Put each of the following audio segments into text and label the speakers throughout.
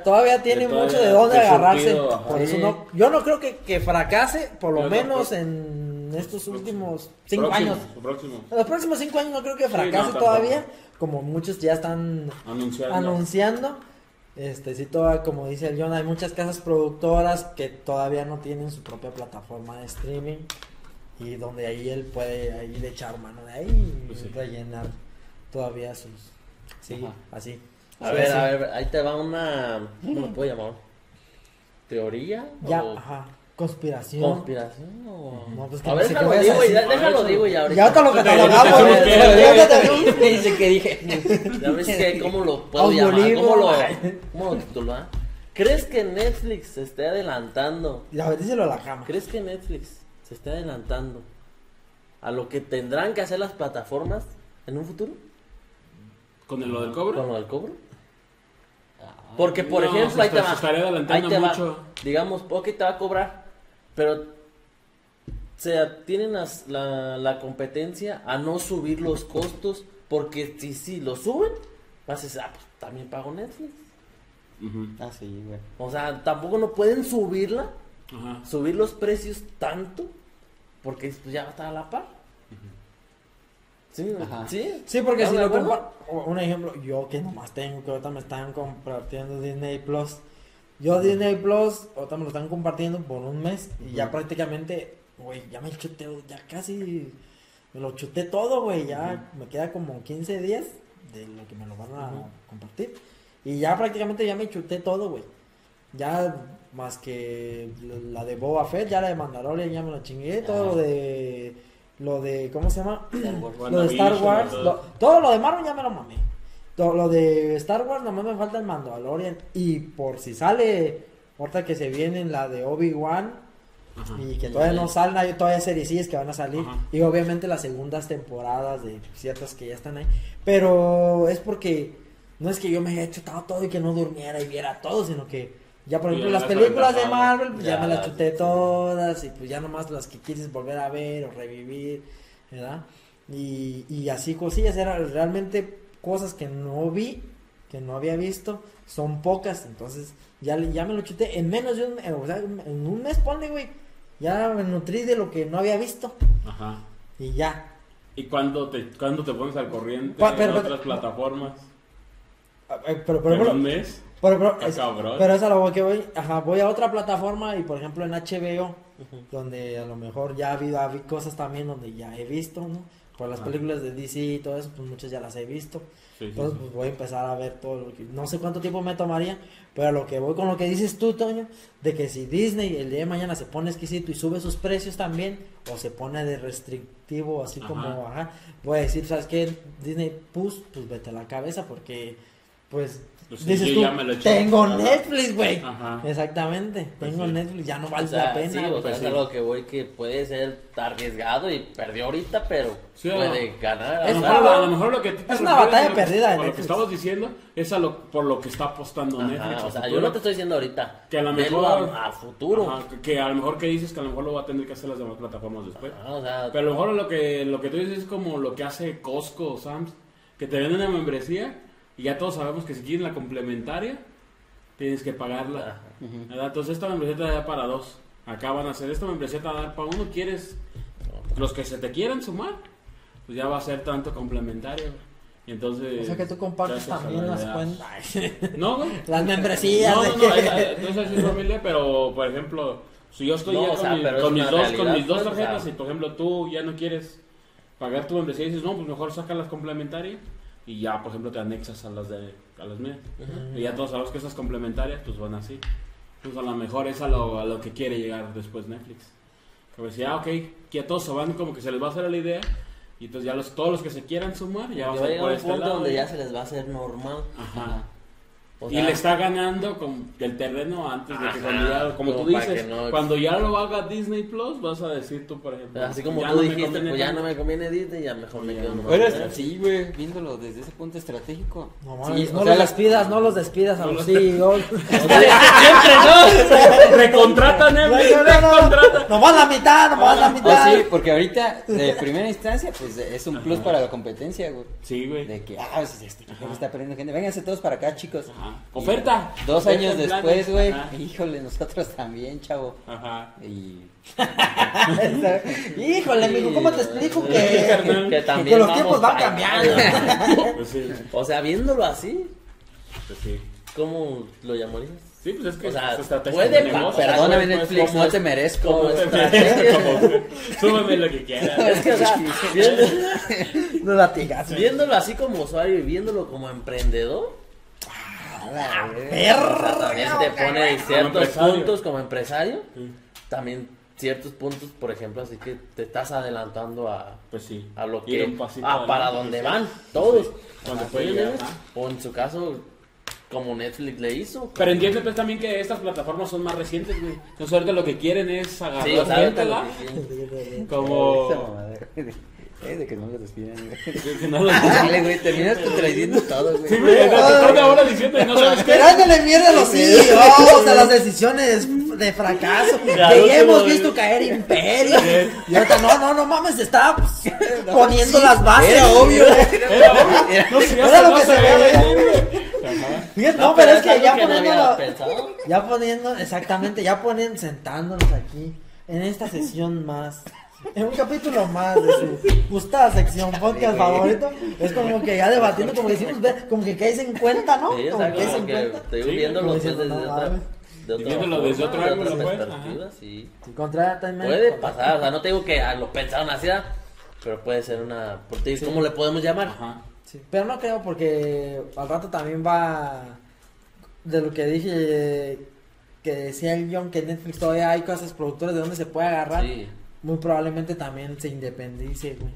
Speaker 1: Todavía tiene
Speaker 2: Todavía
Speaker 1: mucho de dónde
Speaker 2: tiene
Speaker 1: agarrarse.
Speaker 2: sentido, ajá.
Speaker 1: por eso
Speaker 3: Sí.
Speaker 1: no, yo no creo que, que fracase, por lo
Speaker 2: Yo
Speaker 1: menos
Speaker 2: tampoco.
Speaker 1: en estos últimos cinco
Speaker 2: Próximo,
Speaker 1: años.
Speaker 2: Próximo.
Speaker 1: En los próximos cinco años no creo que
Speaker 2: no,
Speaker 1: fracase
Speaker 2: tampoco.
Speaker 1: todavía, como muchos ya están
Speaker 2: Anunciando.
Speaker 1: anunciando. Este, sí, todavía, como dice el John, hay muchas casas productoras que todavía no tienen su propia plataforma de streaming y donde ahí él puede ahí le echar mano de ahí y
Speaker 2: Pues sí.
Speaker 1: rellenar todavía sus. Sí,
Speaker 2: Ajá.
Speaker 1: así.
Speaker 3: A
Speaker 1: Sí,
Speaker 3: ver,
Speaker 1: así.
Speaker 3: a ver, ahí te va una. ¿Cómo lo puedo llamar? ¿Teoría?
Speaker 1: Ya,
Speaker 3: ¿O
Speaker 1: ajá. Conspiración.
Speaker 3: ¿Conspiración? o-
Speaker 1: No, pues, que
Speaker 3: A
Speaker 1: no
Speaker 3: ver,
Speaker 1: sé qué
Speaker 3: déjalo
Speaker 1: vayas a
Speaker 3: digo, ya,
Speaker 1: decir.
Speaker 3: déjalo
Speaker 2: Ah,
Speaker 3: digo ya ahorita.
Speaker 1: Ya ahorita lo catalogamos.
Speaker 2: Ya te- ya te-
Speaker 1: Ya te- ya te-
Speaker 3: ¿Qué dice que dije? ¿Ya ves que cómo lo puedo llamar?
Speaker 1: Audiolibro.
Speaker 3: ¿Cómo lo, cómo lo titular? ¿Crees que Netflix se esté adelantando?
Speaker 1: La verdad, díselo a la cama.
Speaker 3: ¿Crees que Netflix se esté adelantando a lo que tendrán que hacer las plataformas en un futuro?
Speaker 2: ¿Con el, lo del
Speaker 3: ¿Con
Speaker 2: cobro?
Speaker 3: lo del cobro? Porque, por
Speaker 2: No,
Speaker 3: ejemplo,
Speaker 2: se
Speaker 3: ahí te
Speaker 2: está-
Speaker 3: va.
Speaker 2: se estaría adelantando
Speaker 3: ahí te va.
Speaker 2: mucho.
Speaker 3: Digamos, ok, te va a cobrar, pero se tienen las- la, la competencia a no subir los costos, porque si, si lo suben, vas a decir, ah, pues también pago Netflix.
Speaker 2: Ujú,
Speaker 4: Ah, sí, güey.
Speaker 3: O sea, tampoco no pueden subirla,
Speaker 2: Ajá.
Speaker 3: subir los precios tanto, porque pues, ya va a estar a la par. Sí,
Speaker 4: Ajá.
Speaker 3: sí.
Speaker 1: Sí, porque si
Speaker 3: ¿Estamos
Speaker 1: lo
Speaker 3: de acuerdo?
Speaker 1: comparo. Un ejemplo, yo que nomás tengo, que ahorita me están compartiendo Disney Plus. Yo Disney Plus, ahorita me lo están compartiendo por un mes y ya prácticamente, güey, ya me chuté, ya casi me lo chuté todo, güey. Ya me queda como 15 días de lo que me lo van a compartir. Y ya prácticamente ya me chuté todo, güey. Ya más que la de Boba Fett, ya la de Mandalorian, ya me la chingué. Todo lo de. Lo de. ¿Cómo se llama? Lo de Star
Speaker 2: WandaVision,
Speaker 1: Wars,
Speaker 2: todo.
Speaker 1: lo- todo lo de Marvel ya me lo mamé. Todo lo de Star Wars nomás me falta el Mandalorian. Y por si sale, ahorita que se vienen la de Obi-Wan
Speaker 2: Ajá.
Speaker 1: y que todavía no salen, hay todavía series que van a salir.
Speaker 2: Ajá.
Speaker 1: Y obviamente las segundas temporadas de ciertas que ya están ahí. Pero es porque no es que yo me haya chutado todo y que no durmiera y viera todo, sino que ya por
Speaker 2: Ya
Speaker 1: ejemplo
Speaker 2: las
Speaker 1: las películas de
Speaker 2: aventajadas.
Speaker 1: Marvel, pues ya,
Speaker 3: Ya
Speaker 1: me las
Speaker 3: las-
Speaker 1: chuté
Speaker 3: sí.
Speaker 1: todas y pues ya nomás las que quieres volver a ver o revivir, ¿verdad? Y, y así cosillas, eran realmente cosas que no vi, que no había visto, son pocas, entonces ya, le- ya me lo chuté en menos de un, eh, o sea, en un mes, ponle, güey, ya me nutrí de lo que no había visto
Speaker 2: Ajá.
Speaker 1: y ya.
Speaker 2: ¿Y cuándo te, cuándo te pones al corriente
Speaker 1: Pa- pero-
Speaker 2: en
Speaker 1: pero-
Speaker 2: otras plataformas?
Speaker 1: Ah, eh, Pero, por
Speaker 2: ¿En
Speaker 1: ejemplo,
Speaker 2: un mes?
Speaker 1: Pero, pero,
Speaker 2: Está
Speaker 1: es,
Speaker 2: cabrón.
Speaker 1: pero es a lo que voy. Ajá, voy a otra plataforma y por ejemplo en HBO, donde a lo mejor ya ha habido ha habido cosas también donde ya he visto, ¿no? Por las
Speaker 2: Ah.
Speaker 1: películas de DC y todo eso, pues muchas ya las he visto.
Speaker 2: Sí, sí,
Speaker 1: Entonces,
Speaker 2: sí.
Speaker 1: pues voy a empezar a ver todo lo que. No sé cuánto tiempo me tomaría, pero a lo que voy con lo que dices tú, Toño, de que si Disney el día de mañana se pone exquisito y sube sus precios también, o se pone de restrictivo, así
Speaker 2: Ajá.
Speaker 1: como, ajá, voy a decir, ¿sabes qué? Disney, pues, pues vete a la cabeza, porque, pues,
Speaker 2: Pues sí,
Speaker 1: dices
Speaker 2: yo
Speaker 1: tú,
Speaker 2: ya me lo eché.
Speaker 1: tengo
Speaker 2: Ajá.
Speaker 1: Netflix, güey.
Speaker 2: Ajá.
Speaker 1: Exactamente,
Speaker 2: Pues
Speaker 1: tengo
Speaker 2: sí.
Speaker 1: Netflix, ya no vale
Speaker 3: O sea,
Speaker 1: la pena.
Speaker 3: sí, o
Speaker 1: güey.
Speaker 3: sea,
Speaker 2: pues
Speaker 3: es
Speaker 2: sí.
Speaker 3: algo que voy que puede ser arriesgado y perdió ahorita, pero
Speaker 2: Sí, o
Speaker 3: puede
Speaker 2: no.
Speaker 3: ganar.
Speaker 2: A
Speaker 3: o
Speaker 2: lo,
Speaker 1: Es
Speaker 3: sea,
Speaker 2: mejor,
Speaker 1: una-
Speaker 2: a lo mejor lo que a ti te
Speaker 1: es una
Speaker 2: refieres,
Speaker 1: batalla
Speaker 2: lo que-
Speaker 1: perdida de
Speaker 2: Por lo que
Speaker 1: Netflix.
Speaker 2: estamos diciendo es a lo, por lo que está apostando
Speaker 3: Ajá,
Speaker 2: Netflix. a
Speaker 3: o sea,
Speaker 2: futuro.
Speaker 3: yo no te estoy diciendo ahorita.
Speaker 2: Que a lo
Speaker 3: velo
Speaker 2: mejor.
Speaker 3: a, a futuro.
Speaker 2: Ajá, que- que a lo mejor que dices que a lo mejor lo va a tener que hacer las demás plataformas después.
Speaker 3: Ah, o sea,
Speaker 2: Pero a lo mejor lo que, lo que tú dices es como lo que hace Costco o Sam's, que te venden una membresía y ya todos sabemos que si quieres la complementaria, tienes que pagarla.
Speaker 3: Ajá.
Speaker 2: ¿verdad? Entonces esta membresía te da para dos. Acá van a hacer esta membresía te va a dar para uno. ¿Quieres los que se te quieran sumar? Pues ya va a ser tanto complementario. Y entonces...
Speaker 1: O sea, que tú
Speaker 2: ya
Speaker 1: compartes
Speaker 2: se sabe,
Speaker 1: también las
Speaker 2: ¿verdad?
Speaker 1: cuentas.
Speaker 2: No, güey.
Speaker 1: Las membresías.
Speaker 2: No,
Speaker 1: de
Speaker 2: no,
Speaker 1: que-
Speaker 2: no, es- es- no es así familia, pero por ejemplo, si yo estoy
Speaker 3: No,
Speaker 2: ya
Speaker 3: o
Speaker 2: con,
Speaker 3: sea,
Speaker 2: mi-
Speaker 3: pero es
Speaker 2: con mis
Speaker 3: una
Speaker 2: dos, con
Speaker 3: realidad,
Speaker 2: mis dos
Speaker 3: pues, o
Speaker 2: tarjetas
Speaker 3: sea.
Speaker 2: y por ejemplo tú ya no quieres pagar tu membresía y dices, no, pues mejor saca las complementarias y ya por ejemplo te anexas a las de a las mías. Y ya todos sabemos que esas complementarias pues van así. Pues a lo mejor es a lo, a lo que quiere llegar después Netflix. Que decía, ah, ok, que a todos se van como que se les va a hacer la idea y entonces ya los, todos los que se quieran sumar ya
Speaker 3: va
Speaker 2: van
Speaker 3: a
Speaker 2: a ser
Speaker 3: llegar
Speaker 2: por
Speaker 3: un
Speaker 2: este
Speaker 3: punto
Speaker 2: lado.
Speaker 3: donde ya se les va a hacer normal.
Speaker 2: Ajá.
Speaker 3: O
Speaker 2: y
Speaker 3: sea,
Speaker 2: le está ganando con el terreno antes de que
Speaker 3: Ajá,
Speaker 2: cuando ya, como tú
Speaker 3: como para
Speaker 2: dices,
Speaker 3: que no-
Speaker 2: cuando ya lo haga Disney Plus, vas a decir tú, por ejemplo.
Speaker 3: Así como
Speaker 2: ya
Speaker 3: tú
Speaker 2: no me
Speaker 3: dijiste,
Speaker 2: conviene
Speaker 3: pues ya
Speaker 2: tanto.
Speaker 3: no me conviene Disney, ya mejor me
Speaker 2: Ya,
Speaker 3: quedo
Speaker 2: no.
Speaker 3: nomás.
Speaker 4: Pero
Speaker 3: con
Speaker 4: es
Speaker 3: Netflix.
Speaker 4: sí, güey, viéndolo desde ese punto estratégico.
Speaker 1: No,
Speaker 4: Sí,
Speaker 1: mames,
Speaker 4: o
Speaker 1: no
Speaker 4: sea,
Speaker 1: los despidas, no los despidas a
Speaker 2: No
Speaker 1: los E
Speaker 2: los-
Speaker 1: CEOs.
Speaker 2: Recontrata Netflix,
Speaker 1: No, no, no, no.
Speaker 2: recontrata.
Speaker 1: Nomás la mitad, nomás la
Speaker 4: Oh,
Speaker 1: mitad.
Speaker 4: sí, porque ahorita, de primera instancia, pues es un plus para la competencia, güey.
Speaker 2: Sí, güey.
Speaker 4: este, De que, ah, pues, este pendejo está perdiendo gente. Vénganse todos para acá, chicos.
Speaker 2: Ajá. Ajá. Oferta.
Speaker 4: Dos
Speaker 2: Oferta
Speaker 4: años
Speaker 2: en planes.
Speaker 4: después, güey.
Speaker 2: Ajá.
Speaker 4: Híjole, nosotros también, chavo.
Speaker 2: Ajá.
Speaker 4: Y
Speaker 1: Híjole, amigo, ¿cómo te explico
Speaker 2: Sí,
Speaker 1: que,
Speaker 2: carnal.
Speaker 3: que
Speaker 1: que
Speaker 3: también
Speaker 1: los
Speaker 3: vamos
Speaker 1: tiempos van
Speaker 3: para
Speaker 1: cambiando?
Speaker 2: Pues sí,
Speaker 3: O sea, viéndolo así,
Speaker 2: pues sí.
Speaker 3: ¿cómo lo llamarías?
Speaker 2: Sí, pues es que
Speaker 3: O sea,
Speaker 2: es estrategia
Speaker 3: puede
Speaker 2: de
Speaker 3: pa-
Speaker 2: negocio.
Speaker 4: perdóname,
Speaker 3: pues,
Speaker 4: Netflix,
Speaker 3: como
Speaker 4: no
Speaker 3: es-
Speaker 4: te merezco.
Speaker 3: como es-
Speaker 2: Como- Súbame lo que quieras.
Speaker 3: Es que, o sea, viendo-
Speaker 1: No latigas.
Speaker 3: viéndolo así como usuario y viéndolo como emprendedor,
Speaker 1: Perro.
Speaker 3: también te pone ciertos
Speaker 2: empresario.
Speaker 3: puntos como empresario,
Speaker 2: Sí,
Speaker 3: también ciertos puntos, por ejemplo, así que te estás adelantando a,
Speaker 2: Pues sí.
Speaker 3: a lo
Speaker 2: Ir
Speaker 3: que,
Speaker 2: un pasito
Speaker 3: a para
Speaker 2: adelante, pues
Speaker 3: donde
Speaker 2: sí.
Speaker 3: van todos.
Speaker 2: Donde
Speaker 3: Ajá,
Speaker 2: puede
Speaker 3: sí,
Speaker 2: llegar,
Speaker 3: ¿no?
Speaker 2: ajá.
Speaker 3: O en su caso, como Netflix le hizo.
Speaker 2: Pero entiende pues también que estas plataformas son más recientes, güey. Entonces ahorita lo que quieren es agarrar
Speaker 3: Sí, o sea, ahorita lo
Speaker 2: la
Speaker 3: que quieren.
Speaker 4: Esa
Speaker 2: como
Speaker 4: mamadera, güey. Es de que no me despiden, güey.
Speaker 2: que no lo-
Speaker 4: Dale, güey, terminas contradiciendo todo, güey.
Speaker 2: Sí, güey, te están ahora diciendo y no sabes qué.
Speaker 1: Tirándole mierda a los CEOs, a las decisiones de fracaso que
Speaker 3: Ya,
Speaker 1: ya hemos
Speaker 3: último,
Speaker 1: visto
Speaker 3: güey.
Speaker 1: caer imperios. Y ahorita, no, no, no mames, está pues, poniendo las bases.
Speaker 4: Era obvio,
Speaker 2: Era, obvio. no, si ya
Speaker 1: Era
Speaker 2: se-
Speaker 1: lo
Speaker 2: no
Speaker 1: que se
Speaker 2: veía
Speaker 1: veía.
Speaker 2: venir, güey. Ajá.
Speaker 1: Fíjate, No, pero es que
Speaker 3: algo
Speaker 1: ya
Speaker 3: no había
Speaker 1: poniéndolo,
Speaker 3: pensado.
Speaker 1: ya poniendo, exactamente, ya poniendo, sentándonos aquí, en esta sesión más. En un capítulo más de su gustada sección podcast
Speaker 4: güey.
Speaker 1: favorito, es como que ya debatiendo, como que decimos, ve, como que caes en cuenta, ¿no?
Speaker 3: Sí, o
Speaker 1: Como
Speaker 3: sea,
Speaker 1: que caes en
Speaker 3: como que
Speaker 1: cuenta.
Speaker 3: estoy
Speaker 2: Sí,
Speaker 3: viéndolo
Speaker 1: como
Speaker 3: pues,
Speaker 1: diciendo,
Speaker 3: desde
Speaker 1: no
Speaker 3: otra.
Speaker 1: mames.
Speaker 3: De otra
Speaker 2: Viéndolo desde
Speaker 3: forma,
Speaker 2: otro
Speaker 3: de
Speaker 2: ángulo,
Speaker 3: otra
Speaker 2: pues,
Speaker 3: perspectiva, sí.
Speaker 1: Encontrar a Time Out.
Speaker 3: Puede pasar, o sea, no te digo que ah, lo pensaron así, ah, pero puede ser una. por ti, ¿Cómo le podemos llamar?
Speaker 2: Ajá.
Speaker 1: Sí, pero no creo porque al rato también va de lo que dije que decía el guión que en Netflix todavía hay cosas productoras de donde se puede agarrar.
Speaker 3: Sí.
Speaker 1: Muy probablemente también se independice, güey.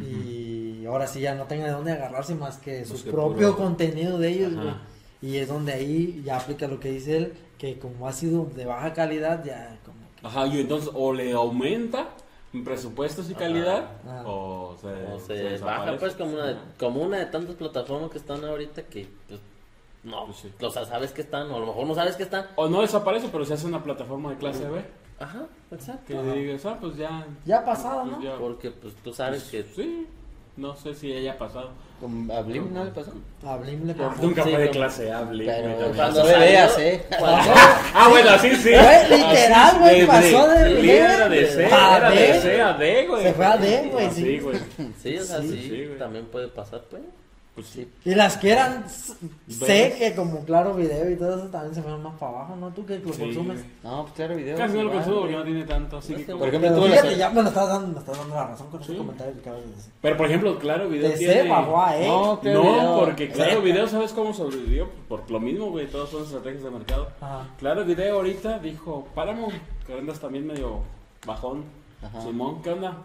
Speaker 1: Y ahora sí ya no tenga de dónde agarrarse más que su
Speaker 2: Más que
Speaker 1: propio
Speaker 2: puro-
Speaker 1: contenido de ellos,
Speaker 2: Ajá.
Speaker 1: güey. Y es donde ahí ya aplica lo que dice él, que como ha sido de baja calidad, ya como...
Speaker 2: Ajá, y entonces o le aumenta presupuestos y
Speaker 3: Ajá.
Speaker 2: calidad
Speaker 1: Ajá.
Speaker 2: o se,
Speaker 3: O
Speaker 2: Eh, se
Speaker 3: se baja,
Speaker 2: desaparece.
Speaker 3: pues, como una, de,
Speaker 2: Ajá.
Speaker 3: como una de tantas plataformas que están ahorita que. pues, no,
Speaker 2: Pues sí.
Speaker 3: o sea, sabes que están, o a lo mejor no sabes que están.
Speaker 2: O no desaparece, pero se hace una plataforma de clase B.
Speaker 3: Ajá, exacto.
Speaker 2: Que digas, ah, pues ya.
Speaker 1: Ya ha pasado,
Speaker 2: pues
Speaker 1: ¿no?
Speaker 2: ya-
Speaker 3: Porque, pues, tú sabes que.
Speaker 2: Sí, no sé si haya pasado.
Speaker 4: Con- ¿A Blim no le pasó?
Speaker 1: Hablímosle con-
Speaker 2: pues, Nunca
Speaker 3: sí,
Speaker 2: fue de
Speaker 3: no.
Speaker 2: clase A, Blink,
Speaker 4: Pero
Speaker 2: güey, también.
Speaker 4: cuando se veas, eh.
Speaker 3: cuando-
Speaker 2: Ah, bueno, así sí.
Speaker 1: Güey, literal,
Speaker 2: Así,
Speaker 1: güey, pasó de
Speaker 2: Blink era
Speaker 1: ver,
Speaker 2: de C,
Speaker 1: a
Speaker 2: era de
Speaker 1: ver.
Speaker 2: C a D, güey.
Speaker 1: Se fue a D, güey,
Speaker 2: Así,
Speaker 1: sí.
Speaker 2: güey.
Speaker 3: Sí, o sea,
Speaker 2: Sí,
Speaker 3: sí,
Speaker 2: sí, güey.
Speaker 3: también puede pasar, pues.
Speaker 2: Pues sí.
Speaker 1: Y las que eran s- sé
Speaker 2: Vegas.
Speaker 1: que como claro video y todo eso también se fueron más para abajo, ¿no? Tú que lo
Speaker 2: Sí,
Speaker 1: consumes.
Speaker 2: güey.
Speaker 4: No, pues claro, video.
Speaker 2: Casi no lo
Speaker 4: igual,
Speaker 2: consumo
Speaker 4: güey.
Speaker 2: porque no tiene tanto, así que como-
Speaker 4: Por ejemplo,
Speaker 1: Pero
Speaker 4: tú
Speaker 1: fíjate,
Speaker 4: las...
Speaker 1: ya me lo estás dando, me estás dando la razón con esos
Speaker 2: Sí.
Speaker 1: comentarios que acabas de decir.
Speaker 2: Pero por ejemplo, claro, video
Speaker 1: De
Speaker 2: tiene.
Speaker 1: C bajó a E.
Speaker 4: No, claro,
Speaker 2: No,
Speaker 4: video.
Speaker 2: porque claro,
Speaker 1: Neta.
Speaker 2: video, ¿sabes cómo sobrevivió? Por lo mismo, güey, todas son estrategias de mercado.
Speaker 1: Ajá.
Speaker 2: Claro, video ahorita dijo, páramo, que andas también medio bajón.
Speaker 4: Ajá.
Speaker 2: Simón, ¿qué onda?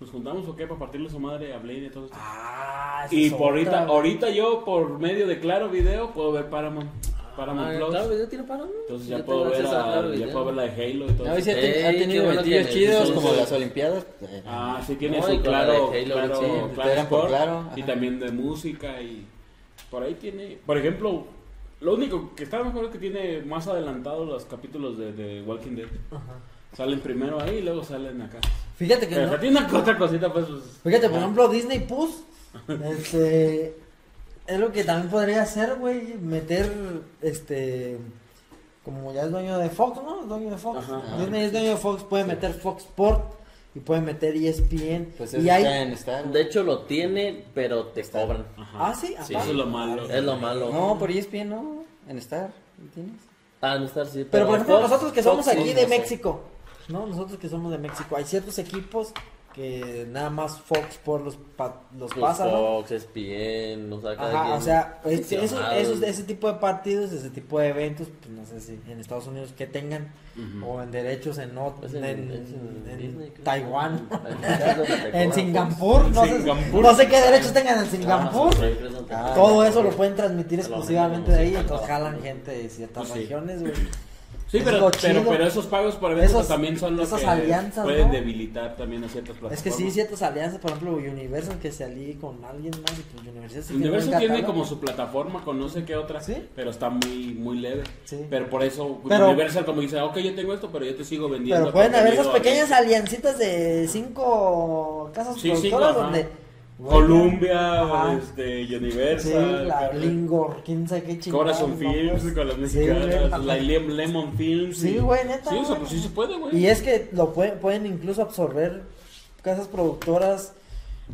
Speaker 2: ¿Nos juntamos o qué para partirle su madre a Blaine y todo esto?
Speaker 1: Ah, esa
Speaker 2: y
Speaker 1: es
Speaker 2: por ahorita,
Speaker 1: otra, güey.
Speaker 2: ahorita yo por medio de Claro Video puedo ver Paramount, Paramount
Speaker 3: Ah,
Speaker 2: Plus.
Speaker 3: claro, yo tiene para
Speaker 2: Entonces ya puedo, ver a, ya puedo ver la de Halo y todo
Speaker 4: No, y
Speaker 2: eso.
Speaker 4: sí ha ten-
Speaker 3: Ey,
Speaker 4: ha tenido
Speaker 3: qué bueno
Speaker 4: metidos
Speaker 3: que me
Speaker 4: chidos
Speaker 3: dices
Speaker 4: como
Speaker 3: eso.
Speaker 4: las Olimpiadas. eh,
Speaker 2: Ah, sí tiene
Speaker 3: No, y
Speaker 2: su
Speaker 3: con la
Speaker 2: claro,
Speaker 3: de Halo,
Speaker 2: claro,
Speaker 3: sí,
Speaker 2: claro,
Speaker 4: te eran por
Speaker 2: Sport,
Speaker 4: Claro,
Speaker 2: y
Speaker 4: ajá.
Speaker 2: también de música y por ahí tiene, por ejemplo, lo único que está mejor es que tiene más adelantado los capítulos de, de Walking Dead.
Speaker 1: Ajá.
Speaker 2: Salen primero ahí y luego salen acá.
Speaker 1: Fíjate que
Speaker 2: Pero
Speaker 1: no.
Speaker 2: o sea, tiene una otra cosita pues. pues,
Speaker 1: Fíjate, por
Speaker 2: ah,
Speaker 1: ejemplo, Disney Plus. Este. Es lo que también podría hacer, güey. Meter. Este. Como ya es dueño de Fox, ¿no? Es dueño de Fox.
Speaker 2: Ajá.
Speaker 1: Disney es dueño de Fox. Puede meter Fox Sport. Y puede meter E ESPN.
Speaker 4: Pues eso
Speaker 1: y
Speaker 4: está
Speaker 1: hay.
Speaker 4: en Star.
Speaker 3: De hecho, lo tiene, pero te cobran.
Speaker 2: ajá.
Speaker 1: Ah, sí.
Speaker 3: Sí,
Speaker 1: aparte.
Speaker 2: Eso es lo malo.
Speaker 3: Es lo malo.
Speaker 4: No, por E ESPN no. En Star. ¿Tienes?
Speaker 3: Ah, no estar, sí.
Speaker 1: Pero por ejemplo,
Speaker 3: Fox-
Speaker 1: nosotros que somos
Speaker 3: Fox
Speaker 1: aquí
Speaker 3: no
Speaker 1: de
Speaker 3: sé.
Speaker 1: México, ¿no? Nosotros que somos de México, hay ciertos equipos que nada más Fox por los, pa- los
Speaker 3: Los
Speaker 1: pasa, ¿no?
Speaker 3: Fox, E ESPN, o sea, cada
Speaker 1: Ajá,
Speaker 3: quien
Speaker 1: o sea, es- eso,
Speaker 3: aficionado.
Speaker 1: esos- ese tipo de partidos, ese tipo de eventos, pues no sé si en Estados Unidos que tengan,
Speaker 2: Ujú.
Speaker 1: o en derechos en, ot-
Speaker 3: Mm. Pues
Speaker 1: en,
Speaker 3: en-
Speaker 1: en-
Speaker 3: es en
Speaker 1: en
Speaker 3: Disney, creo.
Speaker 1: Taiwán, en
Speaker 3: En pues.
Speaker 1: Singapur, no,
Speaker 2: Singapur.
Speaker 1: Sé, no sé qué derechos tengan en
Speaker 3: pues,
Speaker 1: Singapur.
Speaker 4: Ah,
Speaker 1: Todo eso lo pueden transmitir
Speaker 3: A lo mejor
Speaker 1: exclusivamente
Speaker 3: no
Speaker 1: de ahí,
Speaker 3: sé,
Speaker 1: entonces
Speaker 3: no.
Speaker 1: jalan gente de ciertas
Speaker 2: Pues sí.
Speaker 1: regiones, güey.
Speaker 2: Sí,
Speaker 1: Es
Speaker 2: pero,
Speaker 1: lo
Speaker 2: pero,
Speaker 1: chido.
Speaker 2: pero esos pagos por eventos
Speaker 1: Esos-
Speaker 2: también son los
Speaker 1: esas
Speaker 2: que
Speaker 1: alianzas,
Speaker 2: pueden
Speaker 1: ¿no?
Speaker 2: debilitar también a ciertas plataformas.
Speaker 1: Es que sí, ciertas alianzas, por ejemplo, Universal que se alíe con alguien más y pues Universal se queda en
Speaker 2: Universo
Speaker 1: un
Speaker 2: tiene
Speaker 1: catálogo.
Speaker 2: como su plataforma con no sé qué otra,
Speaker 1: Sí.
Speaker 2: pero está muy muy leve.
Speaker 1: Sí.
Speaker 2: Pero por eso
Speaker 1: Pero-
Speaker 2: Universal como dice, ok, yo tengo esto, pero yo te sigo vendiendo.
Speaker 1: Pero pueden haber esas
Speaker 2: contenido".
Speaker 1: pequeñas aliancitas de cinco casas
Speaker 2: Sí,
Speaker 1: productoras
Speaker 2: cinco, ajá.
Speaker 1: donde Güey,
Speaker 2: Columbia,
Speaker 1: Ajá.
Speaker 2: o este,
Speaker 1: Sí,
Speaker 2: Universal.
Speaker 1: la
Speaker 2: Carmen-
Speaker 1: Lingor, quién sabe qué chingados.
Speaker 2: Corazon
Speaker 1: ¿no?
Speaker 2: Films con las
Speaker 1: Sí,
Speaker 2: mexicanas,
Speaker 1: güey.
Speaker 2: la Liam Lemon Films.
Speaker 1: Sí,
Speaker 2: y-
Speaker 1: güey, neta,
Speaker 2: Sí, o sea,
Speaker 1: güey.
Speaker 2: pues sí se puede, güey.
Speaker 1: Y es que lo pueden, pueden incluso absorber casas productoras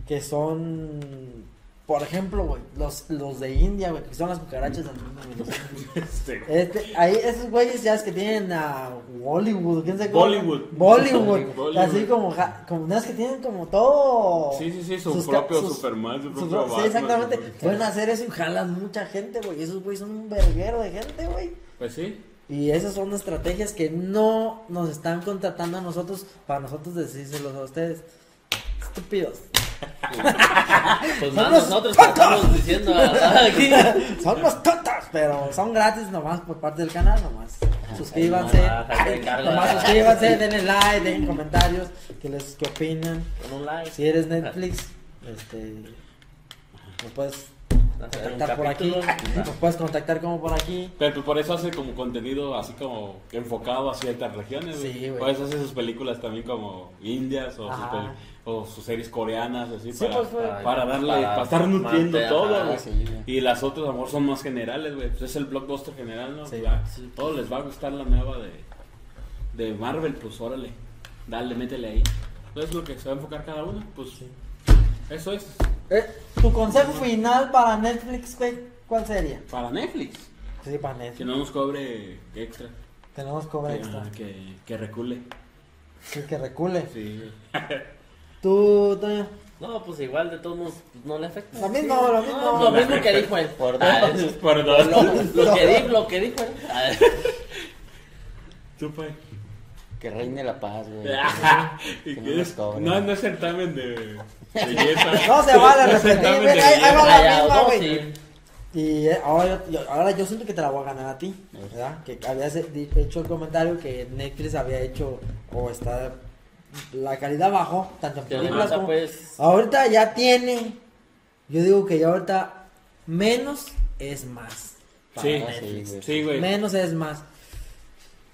Speaker 1: que son, por ejemplo, güey, los, los de India, güey, que son las cucarachas del mundo, güey.
Speaker 2: Este,
Speaker 1: Este, ahí esos güeyes ya es que tienen a Hollywood, ¿quién sabe cómo?
Speaker 2: Bollywood.
Speaker 1: Bollywood.
Speaker 2: Bollywood.
Speaker 1: Así como, ja- como, no es que tienen como todo.
Speaker 2: Sí, sí, sí, su
Speaker 1: sus ca-
Speaker 2: propio
Speaker 1: sus-
Speaker 2: Superman, su
Speaker 1: Su-
Speaker 2: propio Batman.
Speaker 1: sí, exactamente.
Speaker 2: su propio-
Speaker 1: Pueden hacer eso y jalan mucha gente, güey. Esos güeyes son un verguero de gente, güey.
Speaker 2: Pues sí.
Speaker 1: Y esas son estrategias que no nos están contratando a nosotros para nosotros decírselos a ustedes. Estúpidos.
Speaker 3: Pues nada,
Speaker 1: Somos
Speaker 3: nosotros estamos diciendo ah, aquí.
Speaker 1: Son unos tontos, pero son gratis nomás por parte del canal, nomás. Suscríbanse.
Speaker 3: Ah, te cargo.
Speaker 1: Nomás suscríbanse, denle like, den comentarios, que les que opinan.
Speaker 3: Con un like.
Speaker 1: Si eres Netflix, este nos puedes
Speaker 3: Hacer un
Speaker 1: contactar por aquí.
Speaker 3: capítulo.
Speaker 1: Nos puedes contactar como por aquí.
Speaker 2: Pero pues, por eso hace como contenido así como que enfocado a ciertas regiones.
Speaker 1: Sí, güey.
Speaker 2: Por eso hace sus películas también como indias o, sus,
Speaker 1: Ajá.
Speaker 2: peli- o sus series coreanas, así
Speaker 1: Sí,
Speaker 2: para,
Speaker 1: pues, güey.
Speaker 2: para darle, para, estar nutriendo
Speaker 3: mate,
Speaker 2: todo,
Speaker 3: ajá,
Speaker 2: güey.
Speaker 4: sí, güey.
Speaker 2: Y las otras, a lo mejor, son más generales, güey. Pues es el blockbuster general, ¿no?
Speaker 1: Sí,
Speaker 2: Ya,
Speaker 1: sí.
Speaker 2: Todos les va a gustar la nueva de, de Marvel, pues órale. Dale, métele ahí. Entonces lo que se va a enfocar cada uno, pues eso es.
Speaker 1: Eh, tu consejo final para Netflix, güey, ¿cuál sería?
Speaker 2: Para Netflix,
Speaker 1: Sí, para
Speaker 2: que
Speaker 1: Netflix.
Speaker 2: no nos cobre extra.
Speaker 1: Tenemos cobra
Speaker 2: Que-
Speaker 1: extra.
Speaker 2: ajá, Que, que recule.
Speaker 1: Sí, que recule.
Speaker 2: Sí, güey.
Speaker 1: Tú, Toño.
Speaker 3: No, pues igual de todos modos pues, no le afecta.
Speaker 1: Lo mismo, lo mismo.
Speaker 3: No, lo mismo que dijo él. Por
Speaker 2: Ah,
Speaker 3: dos.
Speaker 2: Perdón.
Speaker 3: Lo, lo que dijo, lo que dijo él. Ah,
Speaker 2: Tú, pues.
Speaker 4: Que reine la paz, güey.
Speaker 2: Ah. ¿Y
Speaker 4: Que
Speaker 2: qué
Speaker 4: no nos
Speaker 2: es?
Speaker 4: cobren.
Speaker 2: No, no es certamen de de belleza.
Speaker 1: No se vale
Speaker 2: No es
Speaker 1: repetir,
Speaker 2: certamen
Speaker 1: güey.
Speaker 2: de
Speaker 1: Ahí- ahí
Speaker 2: belleza.
Speaker 1: va.
Speaker 3: ah, ya,
Speaker 1: misma,
Speaker 3: dos,
Speaker 1: güey.
Speaker 3: sí.
Speaker 1: Y eh, ahora yo, yo- ahora yo siento que te la voy a ganar a ti, ¿verdad? Que habías di- hecho el comentario que Netflix había hecho o está la calidad bajo, tanto en
Speaker 3: Que
Speaker 1: películas
Speaker 3: ahorita,
Speaker 1: como...
Speaker 3: pues,
Speaker 1: Ahorita ya tiene, yo digo que ya ahorita menos es más. para
Speaker 2: Sí,
Speaker 1: Netflix.
Speaker 2: Sí, güey.
Speaker 1: Menos es más.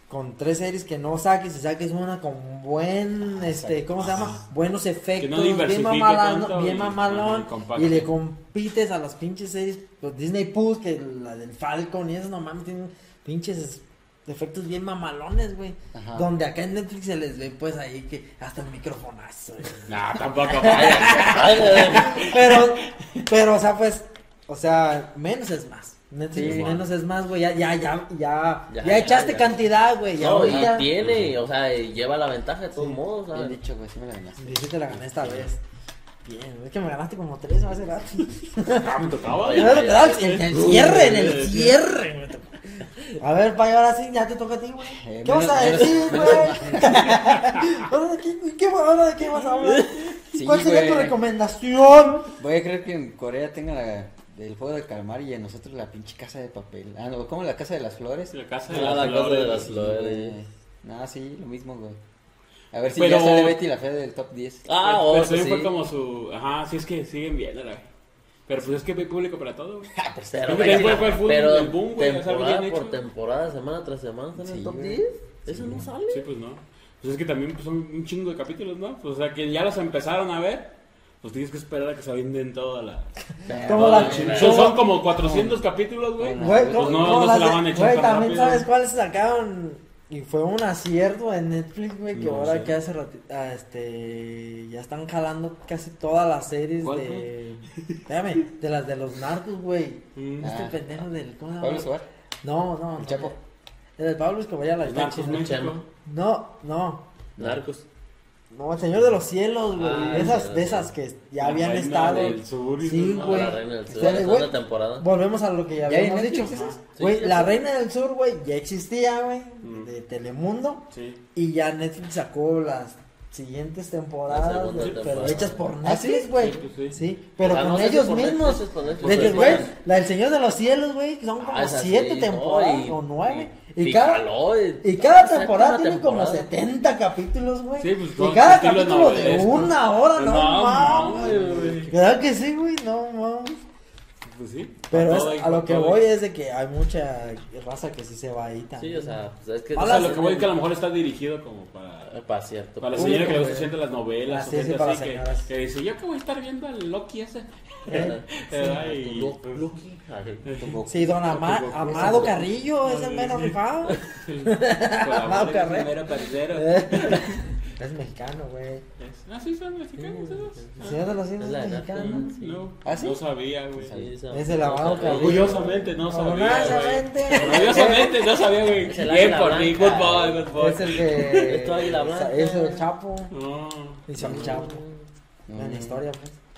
Speaker 1: Con tres series que no saques, si saques una con buen,
Speaker 2: Ah,
Speaker 1: este, ¿cómo se llama? Buenos efectos, bien
Speaker 2: diversifique
Speaker 1: mamalón,
Speaker 2: tanto
Speaker 1: bien
Speaker 2: y-
Speaker 1: mamalón,
Speaker 2: ajá, y compacto.
Speaker 1: y le compites a las pinches series, los Disney Plus, que la del Falcon y esas no mames, tienen pinches es- efectos bien mamalones, güey.
Speaker 4: Ajá.
Speaker 1: Donde acá en Netflix se les ve, pues ahí que hasta el microfonazo. güey.
Speaker 2: Nah, tampoco.
Speaker 3: ay, ay,
Speaker 1: Pero, pero, o sea, pues, o sea, menos es más. Netflix,
Speaker 2: Sí.
Speaker 1: menos es más, güey. Ya, ya, ya, ya, ya,
Speaker 3: Ya, ya,
Speaker 1: echaste
Speaker 3: ya.
Speaker 1: cantidad, güey. Ya,
Speaker 3: No,
Speaker 1: hoy
Speaker 3: y
Speaker 1: ya.
Speaker 3: tiene, o sea, y lleva la ventaja de todos modos.
Speaker 4: Bien
Speaker 3: ¿sabes?
Speaker 4: dicho, güey, sí me la ganaste.
Speaker 1: Y sí te la gané esta vez. Bien, es que me ganaste como tres hace rato.
Speaker 2: Ah, me tocaba.
Speaker 1: En el, en el cierre, en el cierre. me tocó. A ver, Payo, ahora sí, ya te toca a ti, güey.
Speaker 4: Eh,
Speaker 1: ¿Qué vas a
Speaker 4: menos-
Speaker 1: decir, güey? ¿Ahora de qué, qué- ahora de qué vas a hablar?
Speaker 4: Sí,
Speaker 1: ¿Cuál sería tu
Speaker 4: güey.
Speaker 1: recomendación?
Speaker 4: Voy a creer que en Corea tenga la del juego del calamar y en nosotros la pinche casa de papel. Ah, no, como la casa de las flores.
Speaker 2: La casa de
Speaker 3: Ah, la
Speaker 2: las
Speaker 3: cosa de las
Speaker 2: flores.
Speaker 3: flores.
Speaker 4: No, sí, lo mismo, güey. A ver si
Speaker 2: Pero-
Speaker 4: ya sale Betty la fea del top 10.
Speaker 3: Ah,
Speaker 2: Pero-
Speaker 3: oh,
Speaker 2: pero
Speaker 3: sí.
Speaker 2: también fue como su. Ajá, sí, es que siguen viendo la Pero pues es que hay público para todo, güey.
Speaker 3: Pero,
Speaker 2: Creo que
Speaker 3: Ah, pues, güey,
Speaker 2: fue- fue el fútbol,
Speaker 3: pero
Speaker 2: el boom, güey, es algo
Speaker 3: temporada
Speaker 2: bien
Speaker 3: por
Speaker 2: hecho.
Speaker 3: temporada, semana tras semana, está en el
Speaker 4: Sí,
Speaker 3: top
Speaker 4: güey.
Speaker 3: 10. Eso no sale.
Speaker 2: Sí, pues no. Pues es que también pues, son un chingo de capítulos, ¿no? Pues, o sea, que ya los empezaron a ver, pues tienes que esperar a que se avienten toda la.
Speaker 1: Como la-
Speaker 2: Son-
Speaker 1: como-
Speaker 2: Son como 400 capítulos, güey.
Speaker 4: Bueno.
Speaker 1: Güey,
Speaker 2: Pues
Speaker 1: ¿cómo-
Speaker 2: no,
Speaker 1: cómo
Speaker 2: no
Speaker 1: las
Speaker 2: se la
Speaker 1: de-
Speaker 2: van a echar
Speaker 1: güey,
Speaker 2: tan
Speaker 1: también
Speaker 2: rápido.
Speaker 1: sabes cuáles sacaron y fue un acierto en Netflix, güey, que
Speaker 2: No
Speaker 1: ahora
Speaker 2: sé.
Speaker 1: que hace ratito, ah, este, ya están jalando casi todas las series
Speaker 2: ¿Cuál,
Speaker 1: de, espérame, de las de los narcos, güey.
Speaker 2: Mm.
Speaker 1: Este
Speaker 4: Ah.
Speaker 1: pendejo del, ¿cómo se llama?
Speaker 4: Pablo Escobar.
Speaker 1: No, no, no.
Speaker 4: El Chapo.
Speaker 1: El de Pablo Escobar ya la
Speaker 2: Los
Speaker 1: está
Speaker 2: Narcos
Speaker 1: chida.
Speaker 2: México.
Speaker 1: No, no.
Speaker 3: Narcos.
Speaker 1: No, el Señor de los Cielos, güey.
Speaker 3: Ah,
Speaker 1: esas,
Speaker 3: ya,
Speaker 1: de
Speaker 3: ya.
Speaker 1: esas que ya
Speaker 2: La
Speaker 1: habían
Speaker 2: reina
Speaker 1: estado.
Speaker 2: del sur y
Speaker 1: sí,
Speaker 2: todo.
Speaker 3: No,
Speaker 1: güey.
Speaker 3: la reina del sur,
Speaker 1: Ustedes,
Speaker 3: la
Speaker 1: güey,
Speaker 3: segunda temporada.
Speaker 1: Volvemos a lo que ya
Speaker 4: ¿Ya
Speaker 1: habíamos
Speaker 4: en
Speaker 1: dicho.
Speaker 4: Netflix esas?
Speaker 1: Güey,
Speaker 3: Sí,
Speaker 1: la
Speaker 3: sí.
Speaker 1: Reina del Sur, güey, ya existía, güey,
Speaker 2: Mm.
Speaker 1: de Telemundo.
Speaker 2: Sí.
Speaker 1: Y ya Netflix sacó las siguientes temporadas,
Speaker 3: La segunda
Speaker 1: güey, pero
Speaker 3: temporada.
Speaker 1: hechas por
Speaker 4: ¿Ah, sí?
Speaker 1: Netflix, güey.
Speaker 2: Sí,
Speaker 1: Sí,
Speaker 2: pues sí.
Speaker 1: pero
Speaker 3: Ah,
Speaker 1: con
Speaker 3: no sé si
Speaker 1: ellos
Speaker 3: por Netflix,
Speaker 1: mismos.
Speaker 3: es por Netflix,
Speaker 1: De
Speaker 3: pero
Speaker 1: hecho, güey,
Speaker 3: sí.
Speaker 1: la del Señor de los Cielos, güey, que son como
Speaker 3: Ah, esa
Speaker 1: siete
Speaker 3: sí,
Speaker 1: temporadas
Speaker 3: no,
Speaker 1: o nueve.
Speaker 3: Y,
Speaker 1: Y, cada,
Speaker 3: jaló, y-
Speaker 1: y cada
Speaker 3: Exacto,
Speaker 1: temporada
Speaker 3: una
Speaker 1: tiene como
Speaker 3: temporada.
Speaker 1: 70 capítulos, güey.
Speaker 2: Sí, pues,
Speaker 1: y
Speaker 2: con
Speaker 1: cada
Speaker 2: estilo
Speaker 1: capítulo de
Speaker 2: novelesco.
Speaker 1: una hora, Pues no,
Speaker 2: No,
Speaker 1: mames.
Speaker 2: mames, güey.
Speaker 1: ¿Verdad que sí, güey? No mames.
Speaker 2: Pues sí.
Speaker 1: Pero
Speaker 2: Con
Speaker 1: es-
Speaker 2: todo y
Speaker 1: a lo
Speaker 2: con
Speaker 1: que
Speaker 2: todo y-
Speaker 1: voy es de que hay mucha raza que sí se va ahí
Speaker 3: Sí,
Speaker 1: también.
Speaker 3: o sea, pues, es que.
Speaker 2: O sea, lo que voy es que a lo mejor está dirigido como para.
Speaker 3: Para cierto.
Speaker 2: Para la
Speaker 1: Público,
Speaker 2: señora que le
Speaker 1: güey.
Speaker 2: gusta siempre las novelas,
Speaker 1: Ah,
Speaker 2: o
Speaker 1: sí, sí,
Speaker 2: gente
Speaker 1: para
Speaker 2: así que,
Speaker 1: señoras.
Speaker 2: que dice, yo que voy a estar viendo al Loki ese.
Speaker 1: ¿Eh?
Speaker 2: Ay,
Speaker 3: Lucky.
Speaker 1: Sí, don Ama-
Speaker 4: Goku,
Speaker 1: Amado
Speaker 4: ese
Speaker 1: Carrillo es el menos rifado. Mau
Speaker 2: Para
Speaker 1: Carrera.
Speaker 2: primero parcero.
Speaker 1: Eh. Es mexicano, güey.
Speaker 2: Ah, sí, son mexicanos esos. Ah, mm,
Speaker 1: El Señor de los Cielos
Speaker 3: Ah. Es la
Speaker 1: es
Speaker 3: edad,
Speaker 1: mexicano.
Speaker 3: sí.
Speaker 2: No,
Speaker 4: ¿Ah, sí?
Speaker 2: no sabía, güey.
Speaker 1: Es el lavado cabello.
Speaker 2: Orgullosamente no sabía. güey.
Speaker 1: Orgullosamente.
Speaker 2: Orgullosamente no sabía, güey.
Speaker 3: Es el
Speaker 2: Bien
Speaker 3: águila
Speaker 2: por mí, good
Speaker 3: blanca.
Speaker 2: boy, good boy.
Speaker 1: Es el de.
Speaker 3: Es tu águila blanca.
Speaker 1: Es el Chapo.
Speaker 2: No.
Speaker 1: Y son Chapo.
Speaker 4: Mm.
Speaker 1: En la historia, pues.